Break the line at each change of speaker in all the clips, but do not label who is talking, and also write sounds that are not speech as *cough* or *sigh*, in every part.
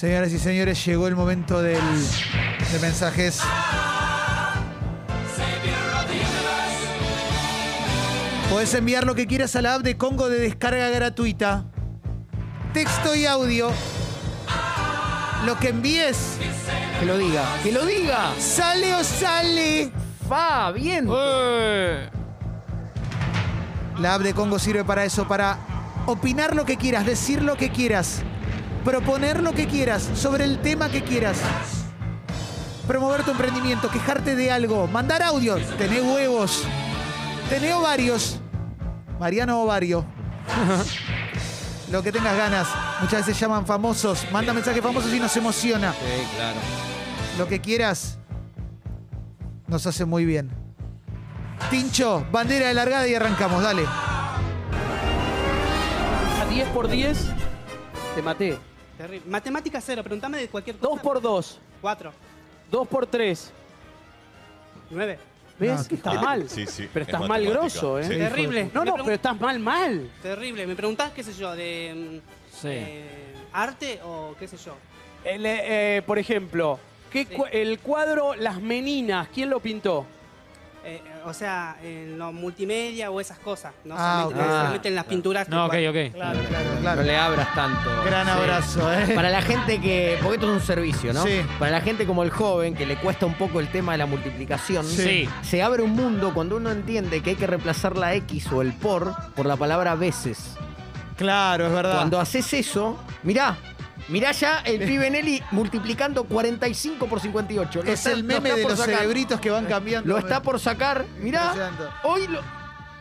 Señoras y señores, llegó el momento del, de mensajes. Podés enviar lo que quieras a la app de Congo de descarga gratuita. Texto y audio. Lo que envíes
Que lo diga. ¡Que lo diga!
sale o sale.
¡Fa! ¡Bien!
Eh.
La app de Congo sirve para eso, para opinar lo que quieras, decir lo que quieras, proponer lo que quieras, sobre el tema que quieras, promover tu emprendimiento, quejarte de algo, mandar audios, tener huevos, tener ovarios, Mariano
*laughs*
Ovario, lo que tengas ganas. Muchas veces llaman famosos, manda mensajes famosos y nos emociona.
Sí, claro.
Lo que quieras nos hace muy bien. Tincho, bandera de largada y arrancamos, dale.
A 10 por 10, te maté.
Terrible. Matemática cero, preguntame de cualquier cosa.
2 por 2,
4,
2 por 3.
9.
No,
¿Ves?
qué
que estás mal.
Sí, sí,
Pero
es
estás mal
matemática.
grosso, ¿eh?
Sí.
Terrible.
No,
Me
no,
pregun-
pero estás mal, mal.
Terrible. Me preguntás, qué sé yo, de mm,
Sí.
eh, arte o qué sé yo.
El, eh, eh, por ejemplo, ¿qué
Sí.
cu- el cuadro Las Meninas, ¿quién lo pintó?
Eh, eh, o sea, en lo multimedia o esas cosas. No
Ah,
se, meten,
ok.
se meten las pinturas.
No, ok,
que-
ok.
No le abras tanto.
Gran abrazo, ¿eh?
Para la gente que. Porque esto es un servicio, ¿no?
Sí.
Para la gente como el joven, que le cuesta un poco el tema de la multiplicación.
Sí.
Se abre un mundo cuando uno entiende que hay que reemplazar la X o el por por la palabra veces.
Claro, es verdad.
Cuando haces eso, mirá. Mirá ya el pibe Nelly multiplicando 45 por 58. Lo
es
está-
el
lo
meme
está
de
por
los
sacar. Eh,
cerebritos que van cambiando.
Lo está por sacar. Mirá.
Impresionante.
Hoy lo.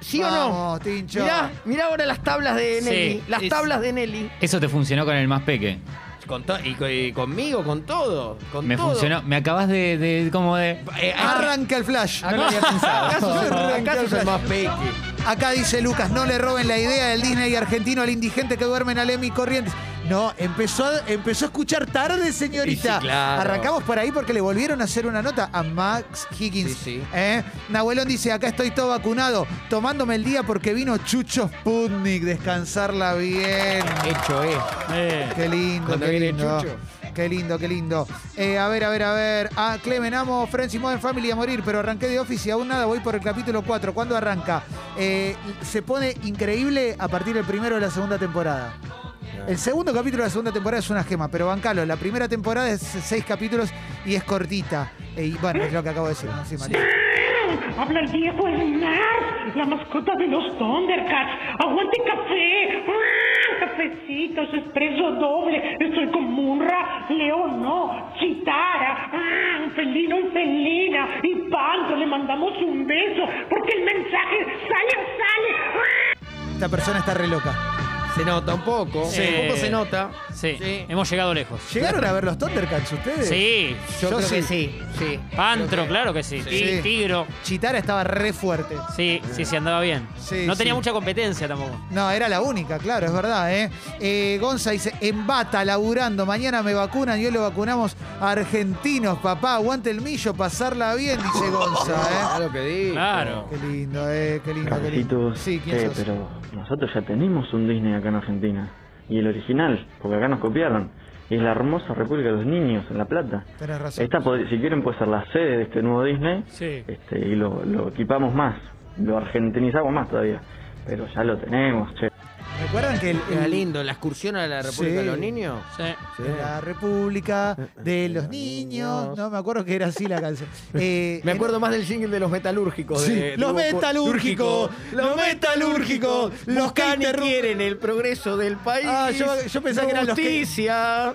¿Sí o no?
Vamos, Tincho.
Mirá, mirá ahora las tablas de
Sí,
Nelly. las
es-
tablas de Nelly.
Eso te funcionó con el más peque.
Con to- y, co- y conmigo, con todo. Con
Me
todo.
funcionó. Me acabas de, de- como de.
Eh, arra-
Arranca el flash.
No lo había pensado. ¿Acaso,
Arranca el
acaso es el
flash.
más peque?
Acá dice Lucas, no le roben la idea del Disney argentino al indigente que duerme en Alem y Corrientes. No, empezó a, empezó a escuchar tarde, señorita.
Y sí, claro.
Arrancamos por ahí porque le volvieron a hacer una nota a Max Higgins.
Sí, sí.
¿Eh? Nahuelón dice, acá estoy todo vacunado, tomándome el día porque vino Chucho Sputnik, descansarla bien.
Hecho, eh.
Eh, Qué lindo,
Cuando
qué
viene
lindo.
Chucho.
Qué lindo, qué lindo. Eh, a ver, a ver, a ver. Ah, Clemen, amo Friends y Modern Family a morir, pero arranqué de Office y aún nada, voy por el capítulo 4. ¿Cuándo arranca? Eh, se pone increíble a partir del primero de la segunda temporada. El segundo capítulo de la segunda temporada es una gema, pero bancalo, la primera temporada es seis capítulos y es cortita. Eh, y bueno, es lo que acabo de decir. ¿no? Sí, Mati.
Habla el Diego Aznar, la mascota de los Thundercats. Aguante café. ¡Ah! Cafecitos, expreso doble. Estoy con Munra, Leo no, Chitara, ¡Ah! Felino y Felina. Y Panto, le mandamos un beso porque el mensaje sale, sale. ¡Ah!
Esta persona está re loca.
Se nota un poco.
Sí.
Un poco se nota.
Sí.
Sí.
Hemos llegado lejos.
¿Llegaron a ver los Thundercats ustedes?
Sí.
Yo,
Yo
creo que
sí.
sí. Sí.
Pantro, claro que sí.
Sí.
Y Tigro.
Chitara estaba re fuerte.
Sí, sí, sí, andaba bien.
Sí,
no tenía
sí.
mucha competencia tampoco.
No, era la única, claro, es verdad, ¿eh? Eh, Gonza dice, en bata, laburando, mañana me vacunan y hoy lo vacunamos a argentinos, papá, aguante el millo, pasarla bien, dice Gonza, ¿eh?
Claro Ah, que di.
Claro.
Qué lindo, ¿eh? Qué lindo, qué lindo.
Carlitos,
Sí,
che,
¿quién sos?
eh, pero nosotros ya tenemos un Disney acá en Argentina. Y el original, porque acá nos copiaron. Y es la hermosa República de los Niños, en La Plata.
Tenés razón.
Esta, pod- si quieren, puede ser la sede de este nuevo Disney.
Sí.
Este, y lo, lo equipamos más. Lo argentinizamos más todavía. Pero ya lo tenemos, che.
¿Recuerdan que el,
Era
el-
lindo. La excursión a la República
Sí.
de los Niños.
Sí.
Sí.
la
*laughs*
República de los Niños? No, me acuerdo que era así la canción. Eh,
Me acuerdo más del single de los metalúrgicos.
Sí,
de-
los
Hugo Po-
metalúrgicos, los metalúrgicos, los que
Buscan y
interrum-
quieren el progreso del país.
Ah, yo- yo pensaba que eran los que-
justicia.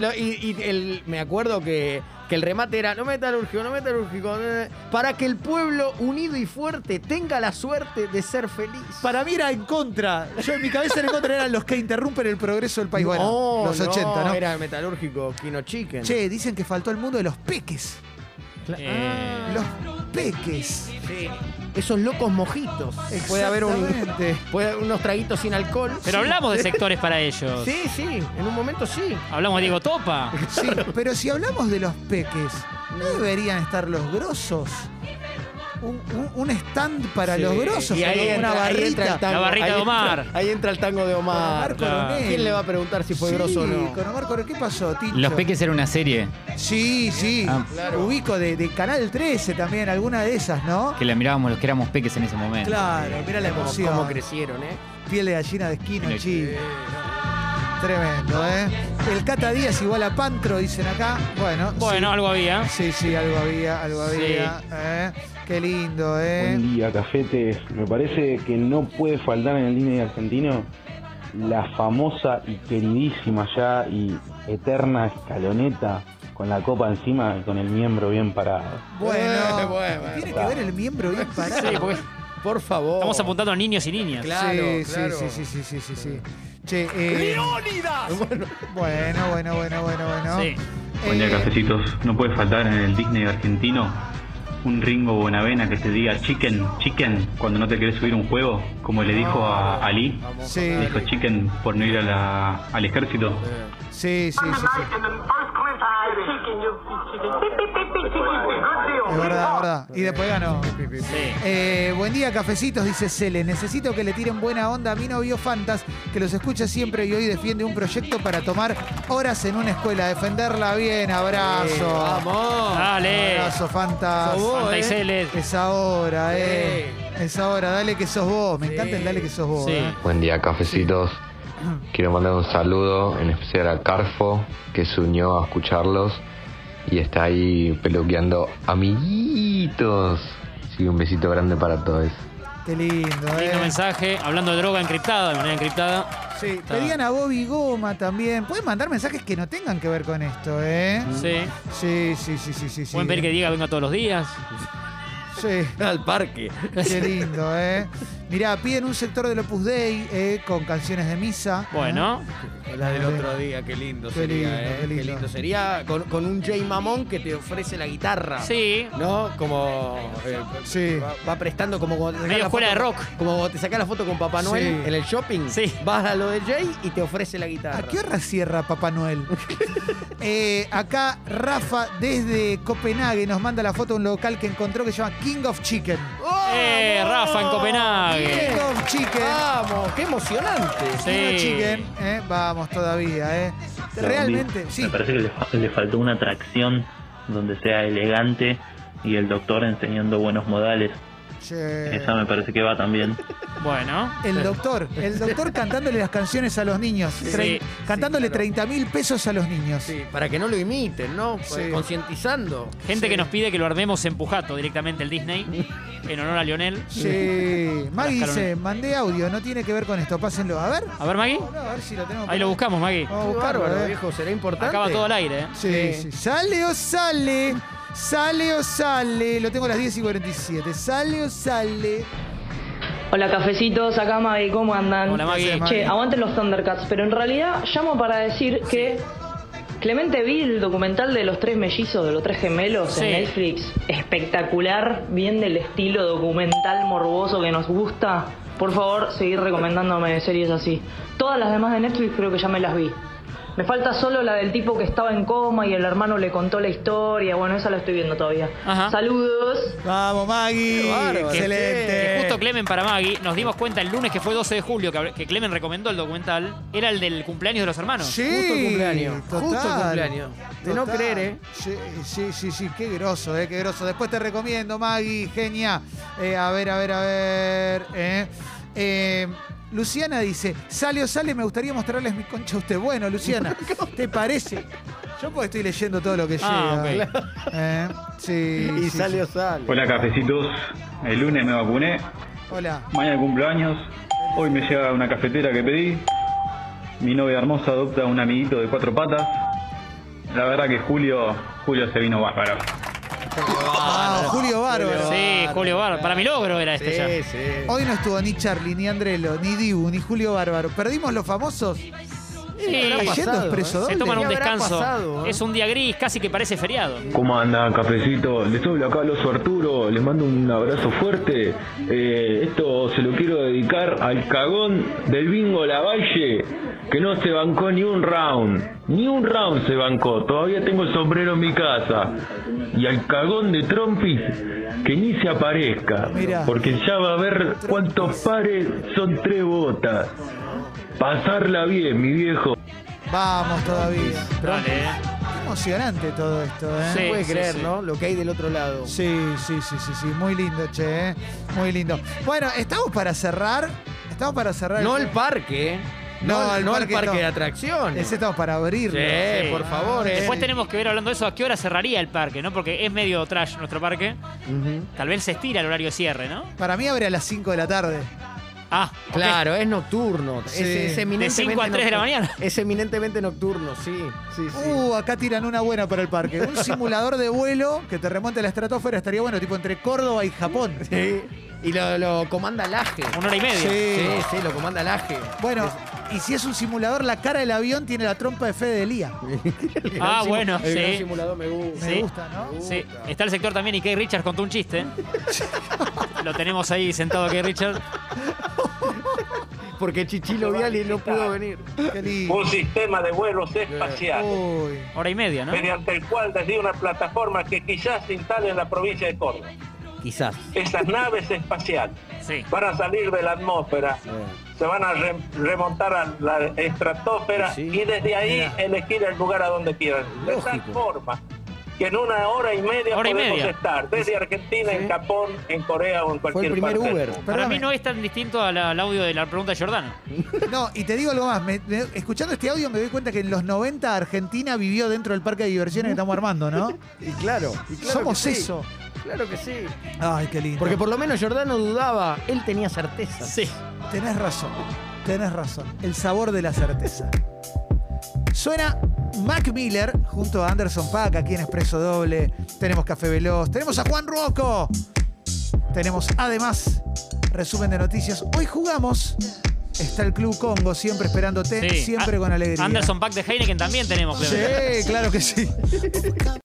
Lo- Y, y el- me acuerdo que, que el remate era no metalúrgico, no metalúrgico, eh, para que el pueblo unido y fuerte tenga la suerte de ser feliz.
Para mí era en contra. Yo en mi cabeza era en contra, eran los que interrumpen el progreso del país. Bueno,
No,
los 80, ¿no?
Era metalúrgico, Kino Chicken.
Che, dicen que faltó el mundo de los peques.
Eh,
Los peques.
Sí. Esos locos mojitos. Puede haber un- *laughs*
Exactamente.
puede haber unos traguitos sin alcohol.
pero
Sí.
hablamos de sectores para ellos.
Sí, sí, en un momento sí.
Hablamos de Diego Topa.
Sí, pero si hablamos de los peques, ¿no deberían estar los grosos? un, un- un stand para
Sí.
los grosos,
Y ahí
con una
entra- ahí entra el
barrita.
tango.
La barrita
Ahí
de Omar.
entra- ahí entra el tango de Omar.
Omar Coronel.
¿Quién le va a preguntar si fue
Sí,
grosso o no?
Con Omar Coronel, ¿qué pasó, Ticho?
Los Peques era una serie
Sí, sí.
Ah.
Ubico de, de Canal 13 también, alguna de esas, ¿no?
que la mirábamos los que éramos Peques en ese momento.
Claro, mira la
Cómo-
emoción.
Cómo crecieron, ¿eh?
Piel de gallina de esquina,
Mira
chi. Tremendo, ¿eh? El Cata Díaz igual a Pantro, dicen acá. Bueno,
Bueno, algo había.
sí, sí, sí, algo había, algo
Sí.
había. ¿eh? Qué lindo, ¿eh?
Buen día, cafetes. Me parece que no puede faltar en el Disney argentino la famosa y queridísima ya y eterna escaloneta con la copa encima y con el miembro bien parado.
Bueno,
Eh, bueno, bueno.
tiene que ver el miembro bien parado.
Sí, porque
Por favor.
estamos apuntando a niños y niñas.
Claro,
sí,
claro.
sí, sí, sí, sí, sí, sí, sí. Che, eh, bueno, bueno, bueno, bueno, bueno.
Sí.
Buen día,
Eh,
cafecitos. No puede faltar en el Disney argentino un Ringo Bonavena que te diga chicken, chicken, cuando no te querés subir un juego, como le dijo a Ali.
Sí,
Dijo chicken por no ir a la- al ejército.
sí, sí, sí, sí. Es verdad, es verdad. Y después ganó.
Sí.
Eh, buen día, cafecitos, dice Cele. Necesito que le tiren buena onda a mi novio Fantas, que los escucha siempre y hoy defiende un proyecto para tomar horas en una escuela. Defenderla bien, abrazo.
Eh, Vamos. eh.
Dale.
Abrazo, Fantas.
Sos vos,
Santa
eh.
Isela.
Es ahora, eh. Es ahora, dale que sos vos. Me encanta el dale que sos vos.
Sí.
eh.
Buen día, cafecitos. Quiero mandar un saludo en especial a Carfo, que se unió a escucharlos y está ahí peluqueando amiguitos. Así que un besito grande para todos.
Qué lindo, eh.
Lindo mensaje. Hablando de droga encriptada, de manera encriptada.
Sí, pedían a Bobby Goma también. Pueden mandar mensajes que no tengan que ver con esto, ¿eh?
Sí.
Sí, sí, sí, sí, sí. sí.
Pueden pedir Mm. que diga venga todos los días.
Sí.
Al parque.
Qué lindo, ¿eh? Mirá, piden un sector del Opus Dei eh, con canciones de misa.
Bueno.
La del otro día, qué lindo
Qué
sería,
lindo,
¿eh?
qué lindo.
sería con, con un Jay Mamón que te ofrece la guitarra.
Sí.
¿No? Como. eh,
Sí.
va, va prestando como cuando te sacás
Medio
la
escuela
foto-
de rock.
Como te sacás la foto con Papá Noel
Sí.
en el shopping.
Sí.
Vas a lo de Jay y te ofrece la
¿A
guitarra.
qué hora cierra Papá
*laughs*
Noel? Eh, acá Rafa desde Copenhague nos manda la foto de un local que encontró que se llama King of Chicken.
Eh, Rafa en Copenhague.
King of Chicken.
¡Vamos! ¡Qué emocionante!
King of Chicken.
Ah. Sí.
eh, Vamos todavía, ¿eh? Realmente, sí.
Me parece que le, fa- le faltó una atracción donde sea elegante y el doctor enseñando buenos modales.
Che.
Esa me parece que va también.
Bueno.
El doctor, el doctor cantándole las canciones a los niños, Trein-
sí,
cantándole
claro.
30 mil pesos a los niños.
Sí, para que no lo imiten, ¿no? Pues,
Sí.
Concientizando.
Gente
Sí.
que nos pide que lo armemos en Pujato directamente el Disney. En honor a Lionel.
Sí. Maggie
*laughs* Las
dice, mandé audio, no tiene que ver con esto, pásenlo. A ver.
A ver, Maggie.
No, a ver si lo tenemos.
Ahí lo buscamos, Maggie.
Vamos a
Qué
buscarlo,
bárbaro,
eh.
viejo. ¿Será importante?
Acaba todo al aire, ¿eh?
Sí,
Sí.
sí. Sale o sale. Sale o sale. Lo tengo a las 10 y 47. Sale o sale.
Hola cafecitos, acá Mavi, ¿cómo andan?
Hola, Maggie.
Gracias,
Che, aguanten los Thundercats, pero en realidad llamo para decir que Clemente vi el documental de los tres mellizos, de los tres gemelos
Sí.
en Netflix. Espectacular, bien del estilo documental morboso que nos gusta. Por favor, seguir recomendándome series así. Todas las demás de Netflix creo que ya me las vi. Me falta solo la del tipo que estaba en coma y el hermano le contó la historia. Bueno, esa la estoy viendo todavía.
Ajá.
Saludos.
Vamos, Maggie.
Qué bárbaro.
Excelente.
Eh,
Que justo Clemen para Maggie, nos dimos cuenta el lunes que fue 12 de julio, que, habl- que Clemen recomendó el documental, era el del cumpleaños de los hermanos.
Sí,
Justo cumpleaños.
total.
Justo cumpleaños. De no
Total.
creer, ¿eh?
Sí, sí, sí, sí, qué groso, eh, qué groso. Después te recomiendo, Maggie, genia. Eh, a ver, a ver, a ver. eh. Eh, Luciana dice, sale o sale, me gustaría mostrarles mi concha a usted. Bueno,
*laughs*
Luciana, ¿te parece? Yo porque estoy leyendo todo lo que
Ah,
llega. Eh, sí,
Y
sí,
sale o
sí.
sale.
Hola, cafecitos. El lunes me vacuné.
Hola.
Mañana cumpleaños. Hoy me llega una cafetera que pedí. Mi novia hermosa adopta un amiguito de cuatro patas. La verdad que Julio, Julio se vino bárbaro.
Ah, Julio Bárbaro.
Sí, Julio Bar. Para mi logro era este ya.
Sí, sí.
Hoy no estuvo ni Charlie, ni Andrelo, ni Dibu, ni Julio Bárbaro. Perdimos los famosos.
Sí,
Yendo
pasado,
expreso
¿eh?
doble.
se toman
¿Qué
un
habrá
descanso.
pasado, eh?
Es un día gris, casi que parece feriado.
¿Cómo anda, cafecito? Les hablo acá al oso Arturo. Les mando un abrazo fuerte. Eh, esto se lo quiero dedicar al cagón del bingo Lavalle, que no se bancó ni un round. Ni un round se bancó. Todavía tengo el sombrero en mi casa. Y al cagón de Trompis, que ni se aparezca.
Mirá.
Porque ya va a ver cuántos pares son tres botas. Pasarla bien, mi viejo.
Vamos todavía.
Dale, eh.
Qué emocionante todo esto, ¿eh?
no puede creer,
sí.
¿no? Lo que hay del otro lado.
Sí, sí, sí, sí, sí. Muy lindo, che, ¿eh? Muy lindo. Bueno, estamos para cerrar. Estamos para cerrar.
No el parque. ¿eh? No, no, el, parque, de atracciones.
Ese estamos para abrirlo.
Sí, por favor, eh.
Después tenemos que ver hablando de eso a qué hora cerraría el parque, ¿no? Porque es medio trash nuestro parque.
Ujú.
Tal vez se estira el horario de cierre, ¿no?
Para mí abre a las 5 de la tarde.
Ah, ok.
Claro, es nocturno.
Sí.
Es, es
De
eminentemente
cinco a tres de la
nocturno.
mañana.
Es eminentemente nocturno, sí. sí, sí.
Uh, acá tiran una buena para el parque. Un simulador de vuelo que te remonte a la estratosfera estaría bueno, tipo entre Córdoba y Japón.
Sí. Y lo, lo comanda Laje.
Una hora y media.
Sí,
Sí.
sí, lo comanda Laje.
Bueno, y si es un simulador, la cara del avión tiene la trompa de Fede Elía.
El gran
Ah,
simu-
bueno,
el gran
sí.
simulador me gusta.
Me
Sí.
gusta, ¿no?
Sí. Está el sector también y Kay Richards contó
*laughs*
un chiste. Lo tenemos ahí sentado Kay Richards.
Porque Chichilo Viali no pudo venir.
Qué lindo.
sistema de vuelos espacial,
Uy.
Hora y media, ¿no?
mediante el cual desde una plataforma que quizás se instale en la provincia de Córdoba.
Quizás.
Esas naves espaciales
Sí.
van a salir de la atmósfera, se van a re- remontar a la estratosfera
Sí,
y desde ahí
mira.
elegir el lugar a donde quieran. De tal
Lógico.
forma que en una hora y media
Hora y
podemos
media.
estar, desde Argentina, en Japón, en Corea o en
Fue el
cualquier
primer
parte. del
Uber.
mundo.
Para
Perdóname.
mí no es tan distinto a la- al audio de la pregunta de Jordano.
No, y te digo algo más. Me- me- escuchando este audio me doy cuenta que en los 90 Argentina vivió dentro del parque de diversiones que estamos armando, ¿no?
*laughs* Y claro, y claro
Somos
que sí.
eso.
Claro que sí.
Ay, qué lindo.
Porque por lo menos Jordano dudaba, él tenía certeza.
Sí.
Tenés razón, tenés razón. El sabor de la certeza. Suena Mac Miller junto a Anderson Pack aquí en Expreso Doble. Tenemos Café Veloz, tenemos a Juan Ruoco. Tenemos además resumen de noticias. Hoy jugamos. Está el Club Congo siempre esperándote,
Sí. Ah,
siempre
A-
con alegría.
Anderson Pack de Heineken también tenemos, Clemente.
Sí, claro que sí.